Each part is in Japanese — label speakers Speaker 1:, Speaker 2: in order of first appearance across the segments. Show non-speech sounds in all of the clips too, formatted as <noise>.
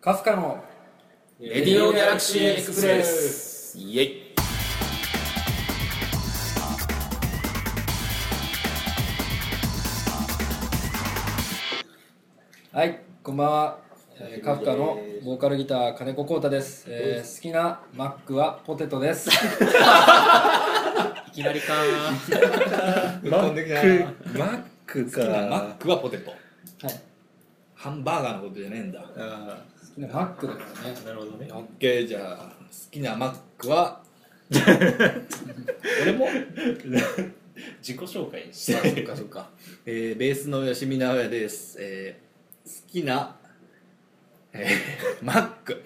Speaker 1: かすかの
Speaker 2: レディオギャラクシーエクスプレスイエイ
Speaker 1: はいこんばんは、えー、カフカのボーカルギター金子浩太です、えー好きなマックはポテトです <laughs>
Speaker 2: いきなりか
Speaker 3: マックマックか
Speaker 4: 好きなマックはポテト
Speaker 1: はい
Speaker 4: ハンバーガーのことじゃねえんだ
Speaker 3: あ
Speaker 1: 好きなマックだからね
Speaker 3: あなるほどね
Speaker 4: オッケーじゃあ好きなマックは俺
Speaker 5: <laughs>
Speaker 4: も
Speaker 2: 自己紹介し
Speaker 4: そっかそっ <laughs> か、えーベースの吉見直哉です、えー好きな、えー <laughs> マック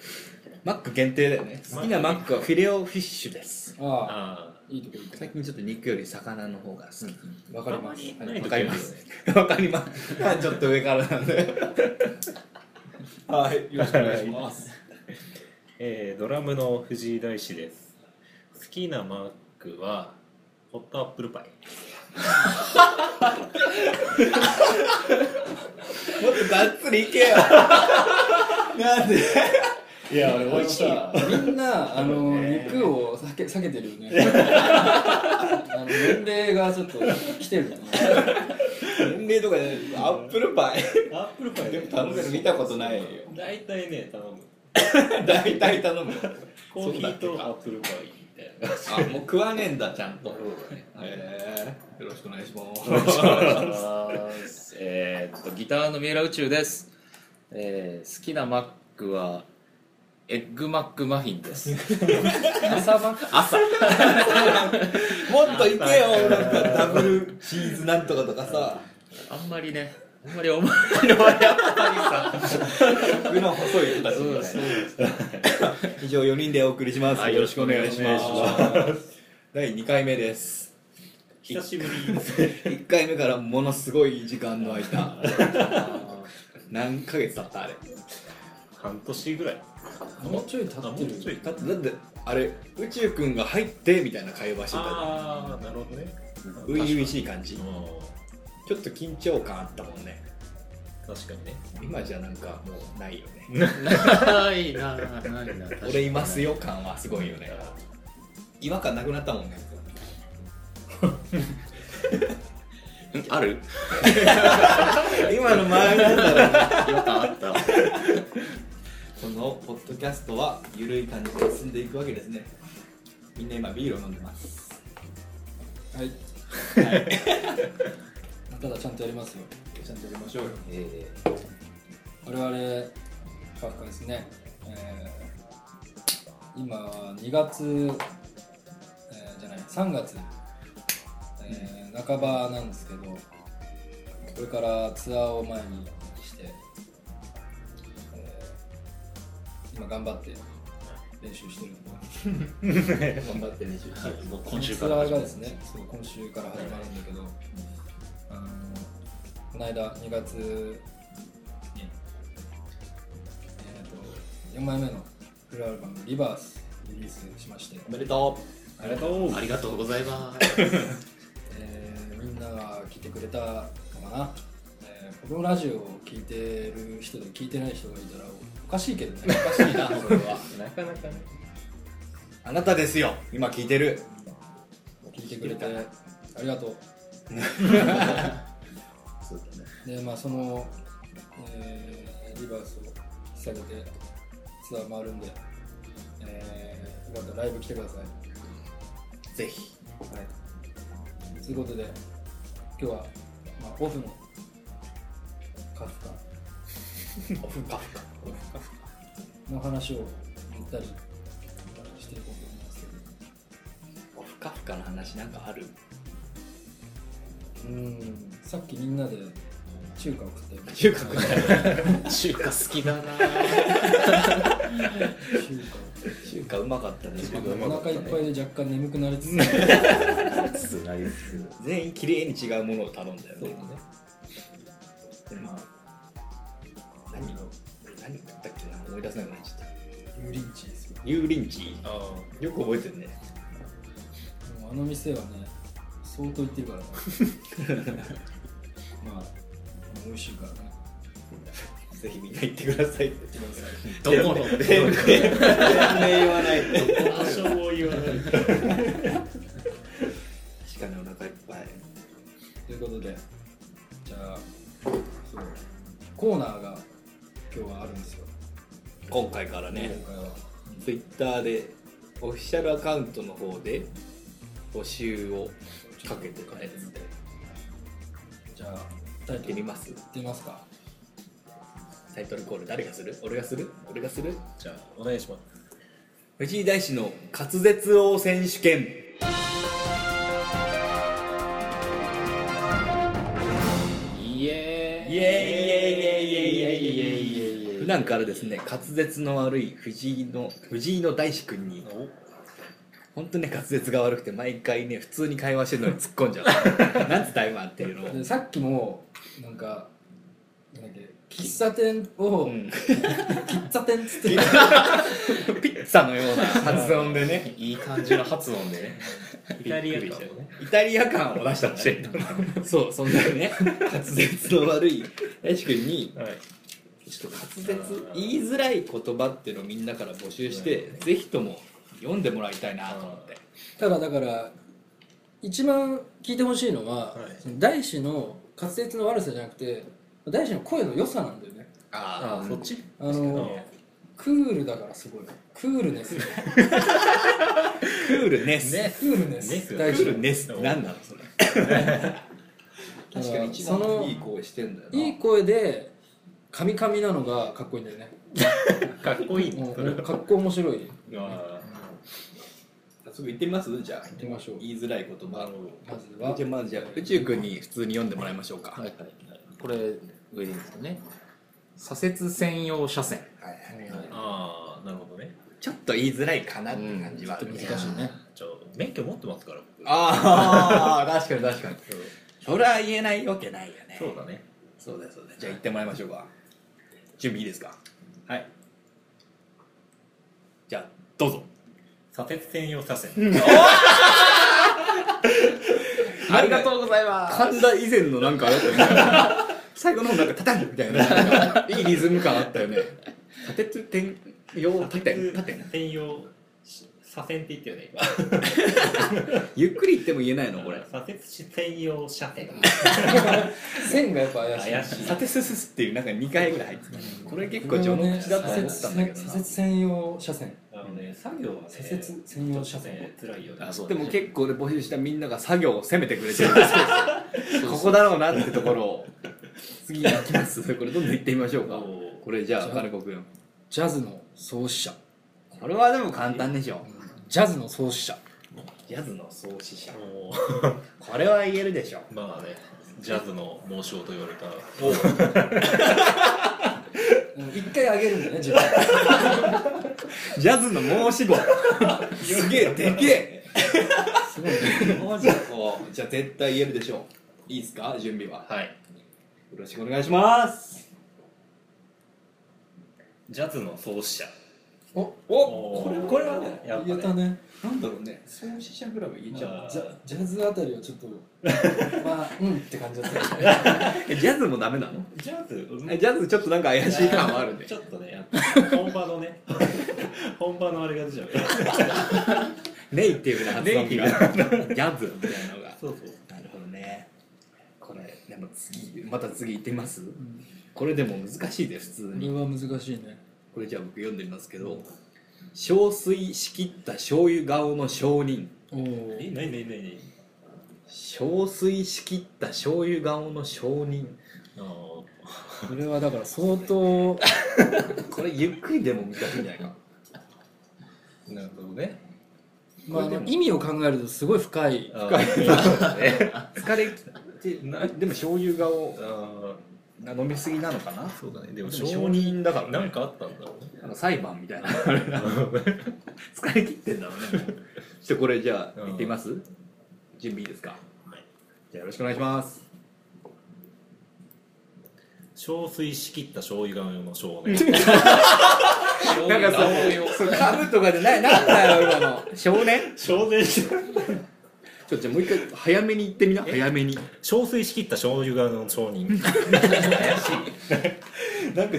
Speaker 4: マック限定だよね好きなマックはフィレオフィッシュです
Speaker 1: ああ
Speaker 2: あ
Speaker 1: いいとこいいと
Speaker 4: 最近ちょっと肉より魚の方が好き
Speaker 1: こわかります、
Speaker 2: あんまり
Speaker 1: は
Speaker 2: ない
Speaker 4: わ
Speaker 2: い
Speaker 4: かります。 <laughs> わかります。まあちょっと上からなんで。はい、よろしくお願いします。
Speaker 5: えードラムの藤井大志です好きなマックはホットアップルパイ
Speaker 4: もっとがっつりいけよ。なんで。
Speaker 2: いや
Speaker 1: あのさみんなあ <laughs> の、肉を避け避けてるよ <laughs> ねあの年齢がちょっと来てるじゃ <laughs> ない
Speaker 4: 年齢とかじゃない。アップルパイ。
Speaker 5: アップルパイ
Speaker 4: でも頼んでるの見たことないよ。
Speaker 5: 大体ね頼む
Speaker 4: 大体頼む。
Speaker 5: コーヒー
Speaker 4: そう
Speaker 5: と
Speaker 4: だ
Speaker 5: アップルパイみたいな
Speaker 4: あ、もう食わねえんだ、ちゃんと。ええ、よろしくお願いします。
Speaker 2: えーっとギターの三浦宇宙です、えー、好きなマックはエッグマックマフィンです
Speaker 1: 朝マック
Speaker 2: 朝
Speaker 4: もっといけよ、なんかダブルチーズなんとかとかさ。
Speaker 2: あんまりねあんまり思わないのはやっぱりさ
Speaker 4: 服の細い人たち
Speaker 2: そう
Speaker 4: み
Speaker 2: で
Speaker 4: たい
Speaker 2: す
Speaker 4: な。以上4人でお送りします、
Speaker 2: はいよろしくお願いします
Speaker 4: 第2回目です
Speaker 5: 久しぶり
Speaker 4: 1回目からものすごい時間の空いた何ヶ月経ったあれ
Speaker 5: 半年ぐらい
Speaker 1: もうちょい経
Speaker 5: あもう
Speaker 1: ってる
Speaker 5: ちょい
Speaker 4: だってだってあれ宇宙くんが入ってみたいな会話してた
Speaker 5: ああなるほどね
Speaker 4: 初々しい感じ
Speaker 5: う
Speaker 4: ち
Speaker 5: ん
Speaker 4: ょっと緊張感あったもんね
Speaker 5: 確かにね
Speaker 4: 今じゃなんかもうないよ
Speaker 1: <laughs>
Speaker 4: ね
Speaker 2: ないなないな
Speaker 4: 俺いますよ感はすごいよね違和感なくなったも
Speaker 1: <laughs>
Speaker 4: んね
Speaker 2: んあ
Speaker 4: <laughs>
Speaker 2: る
Speaker 4: 今の前なんだろう
Speaker 2: 違和感あった
Speaker 4: このポッドキャストはゆるい感じで進んでいくわけですねみんな今ビールを飲んでます
Speaker 1: はいただちゃんとやり <laughs> ますよ
Speaker 4: ちゃんとやりましょうよ
Speaker 2: え
Speaker 1: 我々カフカですね、えー今は2月、えーじゃない3月、えー半ばなんですけどこれからツアーを前にして、えー今頑張って練習してるんで
Speaker 4: <laughs> 頑張って21
Speaker 2: ーもう
Speaker 1: この
Speaker 2: 今週
Speaker 1: ツ
Speaker 2: か
Speaker 1: ア
Speaker 2: ら
Speaker 1: ー
Speaker 2: 始ま
Speaker 1: が
Speaker 2: る
Speaker 1: ですねそう今週から始まるんだけど、あのこの間2月に、えー、と4枚目のフルアルバム「リバース」リリースしまして、
Speaker 4: おめでと
Speaker 5: ありがとう
Speaker 2: ありがとうございます
Speaker 1: えーみんなが聴いてくれたのかな、えーこのラジオを聴いてる人で聴いてない人がいたらおかしいけどねおかしいなそれは
Speaker 2: なかなか
Speaker 4: う
Speaker 2: ね
Speaker 4: あなたですよ今聞いてる
Speaker 1: 聴いてくれてありがとう
Speaker 4: そうだね
Speaker 1: でまあその、えーリバースを引き下げてツアー回るんで、えーよかったらライブ来てください。
Speaker 4: ぜひ
Speaker 1: はい、ということで今日は、まあ、オフのカフカ
Speaker 4: オフか
Speaker 1: の話をゆったりしていこうと思います
Speaker 4: オフかふかの話なんかある
Speaker 1: けどうんさっきみんなで中華を食ったよ
Speaker 4: 中華か
Speaker 2: 中華好きだな
Speaker 1: 中
Speaker 4: 中華うまかったね
Speaker 1: 華をお腹いっぱいで若干眠くなりつつ
Speaker 4: 全員きれいに違うものを頼んだよねでまあ何を何食ったっけな思い出せなくなっちゃった
Speaker 1: 油淋鶏ですよ
Speaker 4: 油淋鶏
Speaker 5: あー
Speaker 4: よく覚えてるね
Speaker 1: もうあの店はね相当行ってる
Speaker 4: <laughs>
Speaker 1: からねまあ美味しいからね
Speaker 4: ぜひみんな行ってください
Speaker 2: どこの
Speaker 4: 全然全然言わない確
Speaker 5: 場所を言わない
Speaker 4: かにお腹いっぱい
Speaker 1: ということでじゃあそうコーナーが今日はあるんですよ、
Speaker 4: 今回からね
Speaker 1: 今回は
Speaker 4: Twitter でオフィシャルアカウントの方で募集をかけてくれて
Speaker 1: じゃあタイ
Speaker 4: やっ
Speaker 1: ト
Speaker 4: て
Speaker 1: ル
Speaker 4: み
Speaker 1: 言っ
Speaker 4: ます
Speaker 1: てみますか
Speaker 4: タイトルコール誰がする俺がする俺がする
Speaker 5: じゃあお願いします
Speaker 4: 藤井大師の滑舌王選手権イエーイイエーイイエーイイエーイ
Speaker 2: イエーイイエーイイエーイイエーイ
Speaker 4: 普段からですね滑舌の悪い藤井の藤井の大志くんに本当ね滑舌が悪くて毎回ね普通に会話してるのに突っ込んじゃ <laughs> うなんつった今っていうのを、 <laughs>
Speaker 1: でさっきもなんかなんだっけ喫茶店を、
Speaker 4: うん
Speaker 1: <laughs> 喫茶店っつって
Speaker 4: ピッツァのような発音でね
Speaker 2: いい感じの発音でね
Speaker 5: イタリアかもね
Speaker 4: イタリア感を出したんだねそうそんなね滑舌の悪い大志くんに
Speaker 5: はい
Speaker 4: ちょっと滑舌言いづらい言葉っていうのをみんなから募集してぜひとも読んでもらいたいなと思って
Speaker 1: ただだから一番聞いてほしいのは、
Speaker 5: はい
Speaker 1: その大志の滑舌の悪さじゃなくて大志の声の良さなんだよね
Speaker 4: あ
Speaker 5: ああそっち
Speaker 1: あのクールだからすごいクールネス
Speaker 4: ークールネス、
Speaker 1: クールネ
Speaker 5: ネス
Speaker 1: ス
Speaker 4: ク
Speaker 1: 大
Speaker 4: ー
Speaker 1: 志
Speaker 4: ルネスって何なの <laughs> それ
Speaker 1: だからその
Speaker 4: 声してんだよ
Speaker 1: いい声でカミカミなのがかっこいいんだよね
Speaker 5: かっこいい
Speaker 1: も
Speaker 5: ねそれ
Speaker 1: うかっこ面白い
Speaker 5: は
Speaker 4: 早速行ってみますじゃあ
Speaker 1: 行きましょう
Speaker 4: 言いづらい言葉を
Speaker 1: まずは
Speaker 4: じゃあまずじゃあ宇宙くんに普通に読んでもらいましょうか、
Speaker 2: はいはいこれ上でいいんですかね左折専用車線
Speaker 5: ああなるほどね
Speaker 4: ちょっと言いづらいかなって感じはある、
Speaker 1: 難しいね
Speaker 5: じゃあ免許持ってますから僕
Speaker 4: ああ確かに確かにそれは言えないわけないよね
Speaker 5: そうだね
Speaker 4: そうだよそうだよじゃあ行ってもらいましょうか準備いいですか
Speaker 5: はい
Speaker 4: じゃあどうぞ
Speaker 5: 左折専用車線
Speaker 2: ありがとうございます
Speaker 4: 神田以前のなんかあれだったよね最後の方なんか叩くみたいななんかいいリズム感あったよね立てつ点用立て立て
Speaker 5: 専用車線って言ったよね今
Speaker 4: ゆっくり言っても言えないのこれ
Speaker 5: 左折専用車線
Speaker 1: 線がやっぱ怪しい
Speaker 5: 怪しい
Speaker 4: サテスススっていうなんか2回ぐらい入ってたこれ結構序の口だと思ってたんだけど
Speaker 1: 左折専用車線
Speaker 5: あのね作業はね
Speaker 1: 左折専用車線
Speaker 5: つらいよね
Speaker 2: あそう
Speaker 4: な
Speaker 2: だ
Speaker 4: で
Speaker 2: ね
Speaker 4: も結構俺募集したみんなが作業を責めてくれてるんですよここだろうなってところを次行きますこれどんどん行ってみましょうか
Speaker 5: おー
Speaker 4: これじゃあ
Speaker 1: じゃあ
Speaker 4: 金子君
Speaker 1: ジャズの創始者
Speaker 4: これはでも簡単でしょ
Speaker 1: ジャズの創始者
Speaker 4: ジャズの創始者
Speaker 5: も
Speaker 4: これは言えるでしょ
Speaker 5: うまあねジャズの猛将と言われた
Speaker 1: 一回あげるんだね自分
Speaker 4: ジャズの申 <laughs> し子すげえでけえ
Speaker 1: すごい
Speaker 4: じゃあじゃあ絶対言えるでしょういいですか準備は
Speaker 5: はい
Speaker 4: よろしくお願いします
Speaker 5: ジャズの創始者
Speaker 1: お
Speaker 4: おこれこれはね
Speaker 5: やっぱ
Speaker 1: 言えた
Speaker 5: ね
Speaker 1: ね
Speaker 4: なんだろうね創始者ぐらいは言えちゃう
Speaker 5: あ
Speaker 1: ジ
Speaker 5: ー
Speaker 1: ャジャズあたりはちょっとまあうんって感じだったね
Speaker 4: えジャズもダメなの
Speaker 5: ジャズ
Speaker 4: えジャズちょっとなんか怪しい感はあるね
Speaker 5: ちょっとねやっぱ本場のね <laughs> 本場のあれが出ちゃうから
Speaker 4: ネイティブな発音が
Speaker 5: ネイテ
Speaker 4: ジャズみたいなのが
Speaker 5: そうそう
Speaker 4: なるほどねこれでも次また次行ってみます、これでも難しいで普通
Speaker 1: これ
Speaker 4: に
Speaker 1: は難しいね
Speaker 4: これじゃあ僕読んでみますけど「憔悴しきった醤油顔の証人」
Speaker 1: おお
Speaker 5: え何何何
Speaker 4: 「憔悴しきった醤油顔の証人
Speaker 5: 何
Speaker 1: これはだから相当」
Speaker 4: これゆっくりでも難しいんじゃない <laughs> か
Speaker 5: なるほどね
Speaker 1: まああ
Speaker 4: これで
Speaker 1: の
Speaker 4: も
Speaker 1: 意味を考えるとすごい深い
Speaker 5: 深い
Speaker 4: 疲れてなでも醤油顔
Speaker 5: あ
Speaker 4: が飲みすぎなのかな
Speaker 5: そうだねでも
Speaker 4: で
Speaker 5: 承
Speaker 4: も証
Speaker 5: 認
Speaker 4: 人だからね
Speaker 5: なんかあったんだろうね
Speaker 4: なんか裁判みたいな疲れ切ってんだろうねもう <laughs> ちょっとこれじゃあ
Speaker 5: うん
Speaker 4: 行ってみます、準備いいですか
Speaker 5: はい
Speaker 4: じゃあよろしくお願いします
Speaker 5: 憔悴しきった醤油顔の少年
Speaker 4: なんかそうそう株とかじゃないなんだよ今の少年
Speaker 5: 少年し
Speaker 4: ちょっとじゃあもう一回早めに言ってみな早めに
Speaker 5: 憔悴しきった醤油がの商人
Speaker 4: なんか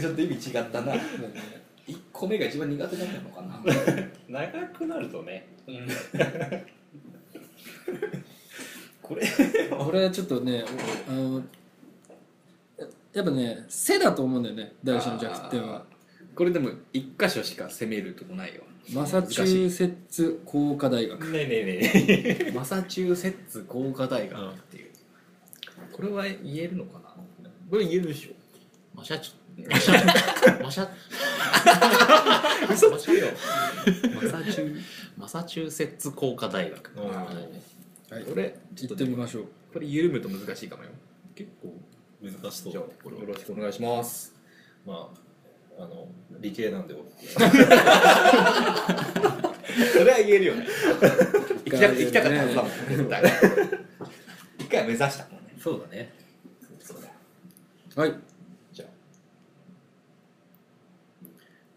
Speaker 4: ちょっと意味違ったな1個目が一番苦手だったのかな
Speaker 5: 長くなるとね
Speaker 4: これ
Speaker 1: これはちょっとねあのやっぱね背だと思うんだよね大事の弱点は
Speaker 4: これでも1箇所しか攻めるとこないよ
Speaker 1: マサチューセッツ工科大学
Speaker 5: ねえねえね
Speaker 4: マサチューセッツ工科大学っていう、これは言えるのかなこれ言えるでしょ
Speaker 2: マシャチュマシャマ <laughs> シャマシャよ
Speaker 4: マサチュー
Speaker 2: マサチューセッツ工科大学、
Speaker 5: うん
Speaker 2: はい
Speaker 1: はい
Speaker 4: これち
Speaker 1: 行
Speaker 4: ょっと
Speaker 1: って
Speaker 4: で
Speaker 1: み
Speaker 4: も
Speaker 1: ましょう
Speaker 4: これ緩むと難しいかもよ結構
Speaker 5: え難し
Speaker 4: じゃ
Speaker 5: そう
Speaker 4: あよろしくお願いします
Speaker 5: まああの理系なん
Speaker 4: <laughs>
Speaker 5: で僕
Speaker 4: それは言えるよ <laughs> ね行きたく
Speaker 1: 一
Speaker 4: 行きたか
Speaker 1: 回
Speaker 4: っ
Speaker 1: 言
Speaker 4: たは
Speaker 1: え
Speaker 4: ず
Speaker 1: るね
Speaker 4: だもん絶対一回は目指したもんね
Speaker 2: そうだね
Speaker 4: そうだよ
Speaker 1: はい
Speaker 4: じゃあ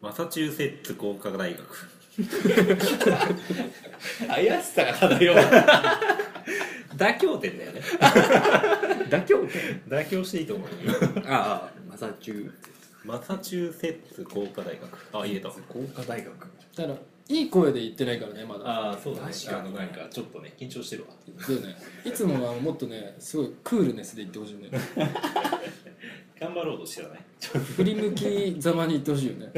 Speaker 5: マサチューセッツ工科大学
Speaker 4: 怪しさが漂う
Speaker 5: <laughs> 妥協点だよね
Speaker 4: 妥協点
Speaker 5: 妥協していいと思うよ
Speaker 4: ああマサチュー
Speaker 5: マサチューセッツ工科大学あ言えた
Speaker 4: 工科大学
Speaker 1: ただいい声で言ってないからねまだ
Speaker 5: ああそうだね
Speaker 4: 確かに
Speaker 5: あのなんかちょっとね緊張してるわ
Speaker 1: だよねいつもはもっとねすごいクールネスで言ってほしいんだよね
Speaker 5: 頑張ろうとしてたね
Speaker 1: 振り向きざまに言ってほしいよね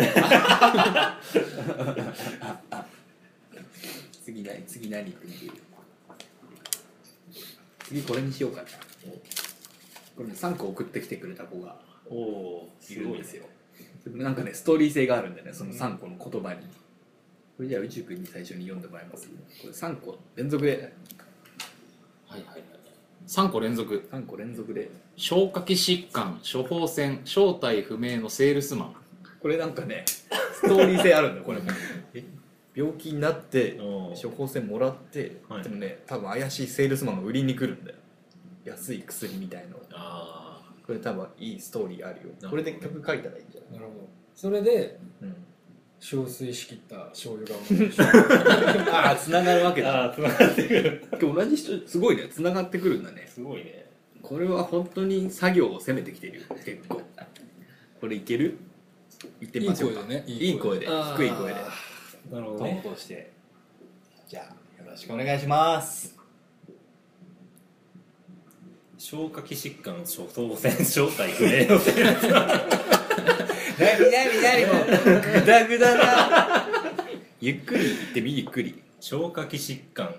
Speaker 4: 次何次何行くっていう次これにしようかなこれね3個送ってきてくれた子が
Speaker 5: おお
Speaker 4: い
Speaker 5: す
Speaker 4: る
Speaker 5: ご
Speaker 4: ん
Speaker 5: い
Speaker 4: で
Speaker 5: ですす
Speaker 4: よ
Speaker 5: よ
Speaker 4: なんかねストーリー性があるんでねその3個の言葉に、これじゃあ宇宙君に最初に読んでもらいますこれ3個連続で
Speaker 2: はいはいはい3個連続
Speaker 4: 3個連続で
Speaker 2: 消化器疾患処方箋正体不明のセールスマン
Speaker 4: これなんかねストーリー性あるんだよこ <laughs> れも病気になって
Speaker 5: お
Speaker 4: 処方箋もらって、
Speaker 5: はい
Speaker 4: でもね多分怪しいセールスマンが売りに来るんだよ安い薬みたいのを
Speaker 5: あ
Speaker 4: これ多分いいストーリーあるよ
Speaker 5: ど
Speaker 4: これで曲書いたらいいんじゃない
Speaker 1: なるほどそれで
Speaker 4: うん、
Speaker 1: 憔悴しきった醤油が思い出し
Speaker 4: <laughs> ああつながるわけだ
Speaker 5: あつながってくる
Speaker 4: 今日同じ人すごいねつながってくるんだね
Speaker 5: すごいね
Speaker 4: これは本当に作業を攻めてきてるよ結構これいけるいってみましょうか
Speaker 1: いい声でねいい
Speaker 4: いい声
Speaker 1: 声
Speaker 4: で
Speaker 1: で
Speaker 4: 低い声で
Speaker 5: なるほ
Speaker 4: ト
Speaker 5: ど
Speaker 4: ン
Speaker 5: ね
Speaker 4: としてじゃあよろしくお願いします
Speaker 5: 消化器疾患処方箋正体不 <laughs> 明のセールスマン
Speaker 4: なになになにもうグダグダなゆっくり行ってみゆっくり
Speaker 5: 消化器疾患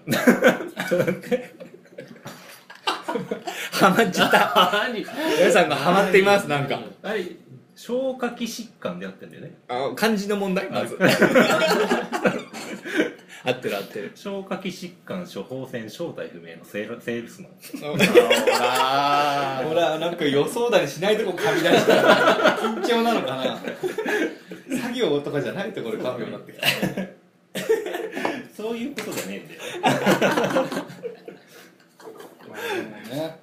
Speaker 4: ハマっちゃった
Speaker 2: 何
Speaker 4: 皆さんがハマっていますなんか
Speaker 5: あれ消化器疾患でやってんだよね
Speaker 4: あ漢字の問題まず <laughs> 合ってる合ってる
Speaker 5: 消化器疾患処方箋正体不明のセールセールスマン
Speaker 4: <laughs> ほらほらなんか予想だにしないとこ噛み出した緊張なのかな作業とかじゃないところ噛むようになってきた
Speaker 5: そういうことじゃねえんだよ
Speaker 1: まあでもね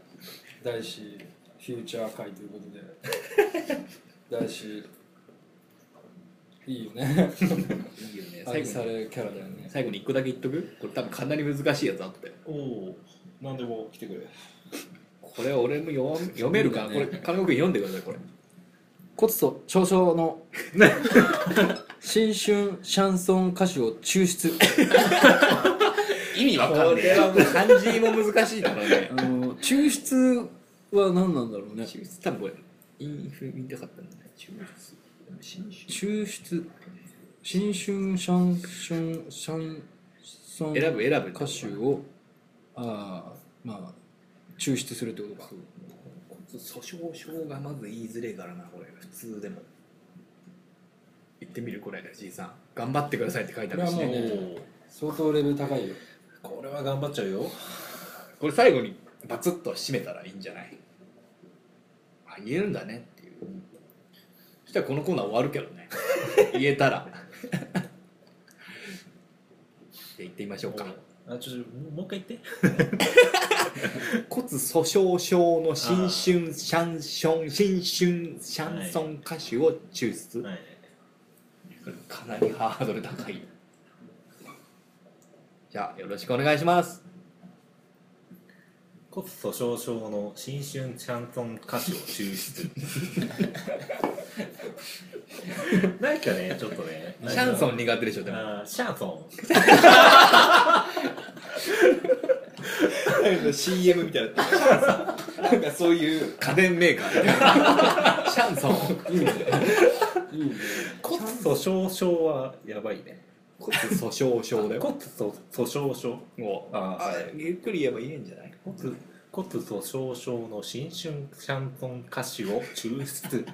Speaker 1: 大師フューチャー会ということで大師いいよね
Speaker 4: いいよね最
Speaker 1: 愛
Speaker 4: 後
Speaker 1: さ
Speaker 4: に
Speaker 1: れキャラだよね
Speaker 4: 最後に1個だけ言っとくこれ多分かなり難しいやつあったよ
Speaker 5: おお何でも来てくれ
Speaker 4: これ俺も読め読めるか、
Speaker 1: いい
Speaker 4: こ
Speaker 1: んだ
Speaker 4: れ
Speaker 1: ね
Speaker 4: 金子君読んでくださいこれ
Speaker 1: 骨粗しょう症の新春シャンソン歌手を抽出
Speaker 2: 意味わかんねえ
Speaker 4: はもう漢字も難しいからね <laughs>
Speaker 1: あの抽出は何なんだろうね
Speaker 4: 抽出多分これインフル見たかったんだね抽出新種
Speaker 1: 抽出新春シャンシャンシャンソン
Speaker 4: 選ぶ選ぶ
Speaker 1: 歌手をああまあ抽出するってことか
Speaker 4: 訴訟症がまず言いづれえからなこれ普通でも言ってみるこれじいさん頑張ってくださいって書いてあるし
Speaker 1: これはもう
Speaker 4: ね
Speaker 1: ね相当レベル高いよ
Speaker 5: これは頑張っちゃうよ
Speaker 4: これ最後にバツッと締めたらいいんじゃないあ言えるんだねっていうそしたらこのコーナー終わるけどね言えたらじゃあ言ってみましょうか
Speaker 5: あちょっともうもう一回言って
Speaker 4: 骨粗鬆症の新春シャンション新春シャンソン歌手を抽出、
Speaker 5: はい
Speaker 4: かなりハードル高いじゃあよろしくお願いします
Speaker 5: 骨粗しょう症の新春シャンソン歌手を抽 <laughs> 出なんかねちょっとね
Speaker 4: シャンソン苦手でしょでも
Speaker 5: あーシャンソン
Speaker 3: CM みたいなな
Speaker 4: <laughs>
Speaker 3: んかそういう
Speaker 4: 家電メーカーみたい
Speaker 3: <laughs>
Speaker 4: なシャンソン
Speaker 1: いいね
Speaker 5: 骨粗しょう症はやばいね
Speaker 4: 骨粗しょう症だよ
Speaker 5: 骨粗粗しょう症
Speaker 4: もう
Speaker 5: あーはい
Speaker 3: ゆっくり言えばいいんじゃない
Speaker 5: 骨骨粗しょう症の新春シャンソン歌手を抽出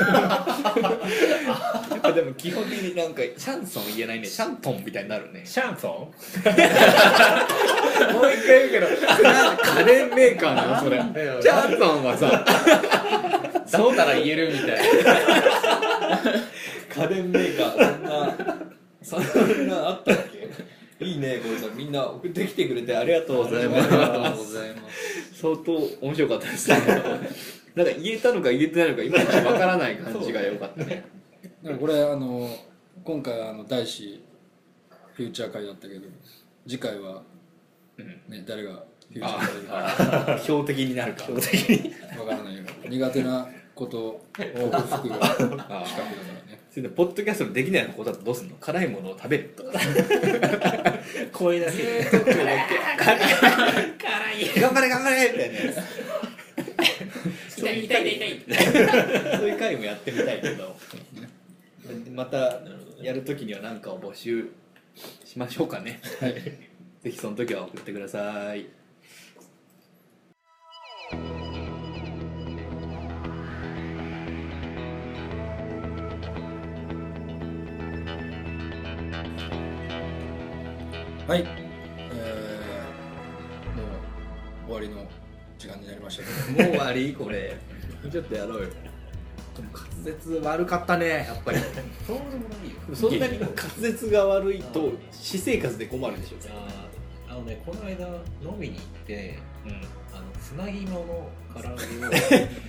Speaker 4: やっぱでも基本的になんかシャンソン言えないねシャントンみたいになるね
Speaker 5: シャンソン
Speaker 4: もう一回言うけど家電メーカーなのそれシャンソンはさ
Speaker 2: そうたら言えるみたいな
Speaker 3: 家電メーカーそんなそんなあったっけいいねこれさんみんな送ってきてくれてありがとうございます
Speaker 4: ありがとうございます相当面白かったですねなんか言えたのか言えてないのか今まいちわからない感じが良かったね
Speaker 1: だからこれあの今回あの第四フューチャー会だったけど次回は、ね、誰がフューチャー会か
Speaker 4: 標的になるか
Speaker 1: わからないよ苦手なことを克服が資格だからね
Speaker 4: それでポッドキャストできないようなことだとどうすんの辛いものを食べると <laughs> か
Speaker 5: 声だけで
Speaker 4: <laughs> 頑張れ頑張れみたいなやつ
Speaker 6: 痛い痛い痛い痛い
Speaker 4: そういう回もやってみたいけどまたやるときには何かを募集しましょうかね
Speaker 1: はい
Speaker 4: ぜひその時は送ってください
Speaker 1: はい、えー、もう終わりの時間になりましたけど
Speaker 4: もう終わりこれちょっとやろうよでも滑舌悪かったねやっぱりそうでもないよそんなに滑舌が悪いと私生活で困るでしょ
Speaker 7: あーあのねこの間飲みに行って
Speaker 4: うん
Speaker 7: あのつなぎもの唐揚げを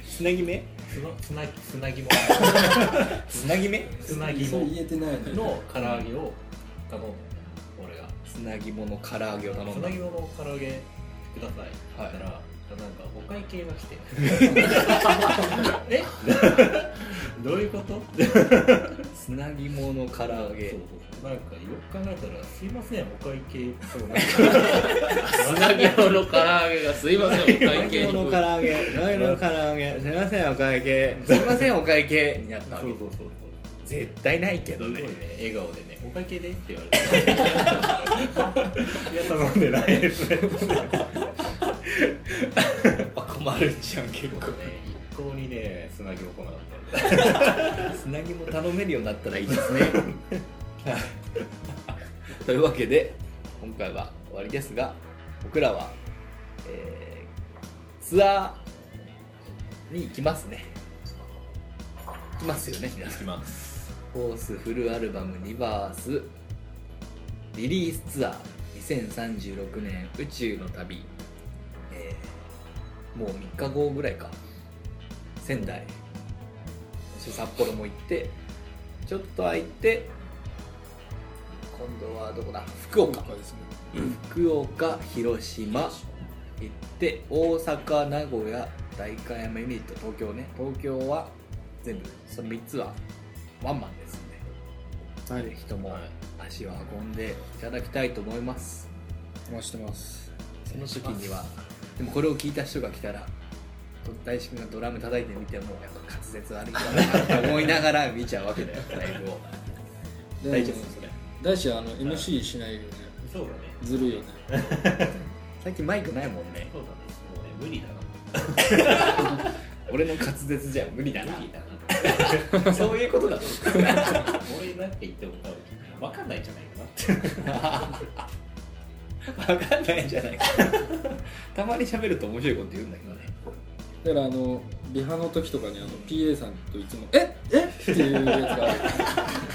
Speaker 4: つなぎ目
Speaker 7: つなつなつな
Speaker 5: <laughs>
Speaker 7: ぎも
Speaker 4: <laughs> つなぎ目
Speaker 7: つなぎ
Speaker 1: そ
Speaker 7: も
Speaker 1: れ言えてないね
Speaker 7: の唐揚げを頼んだ俺が
Speaker 4: つなぎもの唐揚げを頼
Speaker 7: つ
Speaker 4: んだ
Speaker 7: なぎもの唐揚げくださいって言ったら、なんかお会計が来て <laughs> えどういうこと
Speaker 4: つなぎもの唐揚げ
Speaker 7: そうそうなんかよく考えたら「すいませんお会計」そうなんか
Speaker 2: この唐揚げがすいませんお会計
Speaker 4: つなぎもの唐揚げつなぎもの唐揚げすいませんお会計すいませんお会計になったわ
Speaker 7: そう
Speaker 4: け
Speaker 7: そうそうそう
Speaker 4: 絶対ないけど
Speaker 7: すごい
Speaker 4: ね
Speaker 7: ね笑顔でね「お会計で」って言われていや頼んでない <laughs> ですね
Speaker 4: やっぱ困るじゃん結構
Speaker 7: 一向にねつなぎを来なかった
Speaker 4: つなぎも頼めるようになったらいいで
Speaker 7: <laughs>
Speaker 4: すね <laughs> というわけで今回は終わりですが僕らは、えーツアーに行きますね行きますよね皆さん
Speaker 5: きます
Speaker 4: フォースフルアルバム「リバース」リリースツアー2036年宇宙の旅、えーもう3日後ぐらいか仙台そして札幌も行ってちょっと空いて今度はどこだ福岡
Speaker 1: 今回ですね
Speaker 4: 福岡広島行って大阪名古屋代官山ユニット東京ね東京は全部その3つはワンマンですんで
Speaker 1: はい
Speaker 4: ぜひとも足を運んでいただきたいと思います
Speaker 1: お待ちしてます
Speaker 4: その時にはでもこれを聞いた人が来たらと大志君がドラム叩いてみてもやっぱ滑舌悪いんだなって思いながら見ちゃうわけだよライブを
Speaker 1: で
Speaker 4: 大丈夫それ
Speaker 1: 大志はあの MC しないよね
Speaker 7: そうだね
Speaker 1: ずるいよね
Speaker 4: 最近マイクないもんね
Speaker 7: そうだねもうね無理だな
Speaker 4: 俺の滑舌じゃ無理だな
Speaker 7: 無理だな
Speaker 4: そういうことだろ
Speaker 7: <laughs> 俺なんか言っても多分分かんないんじゃないかなって
Speaker 4: わかんないんじゃないかたまに喋ると面白いこと言うんだけどね
Speaker 1: だからあのリハの時とかにあの PA さんといつも「ええっていうやつがある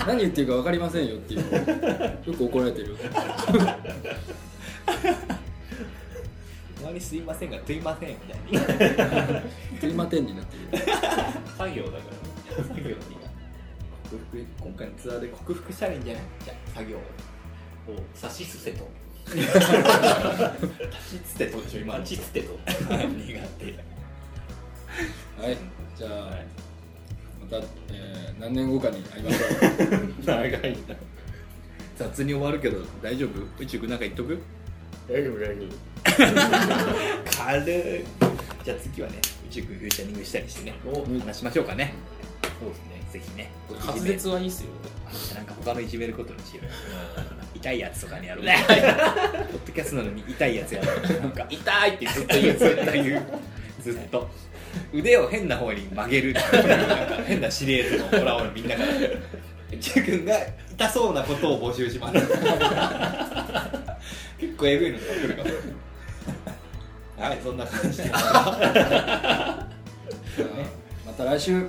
Speaker 1: 何言ってるか分かりませんよっていうよく怒られてるよ
Speaker 4: たまにすいませんが「すいません」みたい
Speaker 1: と今点になってる
Speaker 7: 作業だから
Speaker 4: な作業に克服今回のツアーで克服したらいいんじゃないじゃあ作業を <laughs>
Speaker 7: こう指しすせと
Speaker 4: ちつてとちょ今ちつてと苦手
Speaker 1: はいじゃあ、また、えー、何年後かに会いましょう
Speaker 5: 長いな大丈
Speaker 4: 雑に終わるけど大丈夫宇宙くんなんか言っとく
Speaker 5: 夫大丈夫
Speaker 4: 軽いじゃあ次はね宇宙くんフューチャリングしたりしてね話しましょうかねそうですねぜひね
Speaker 2: 滑舌はいいっすよ
Speaker 4: なんか他のいじめることにしよう痛いやつとかにやろうポッドキャストなのに痛いやつやろうなんか
Speaker 2: 痛いってずっと
Speaker 4: ず
Speaker 2: 言う
Speaker 4: っと言うずっと腕を変な方に曲げるっていうなんか変なシリーズのコラをみんなからジュ君が痛そうなことを募集します結構エグいのが来るかもはいそんな感 <laughs> じで
Speaker 1: じゃあまた来週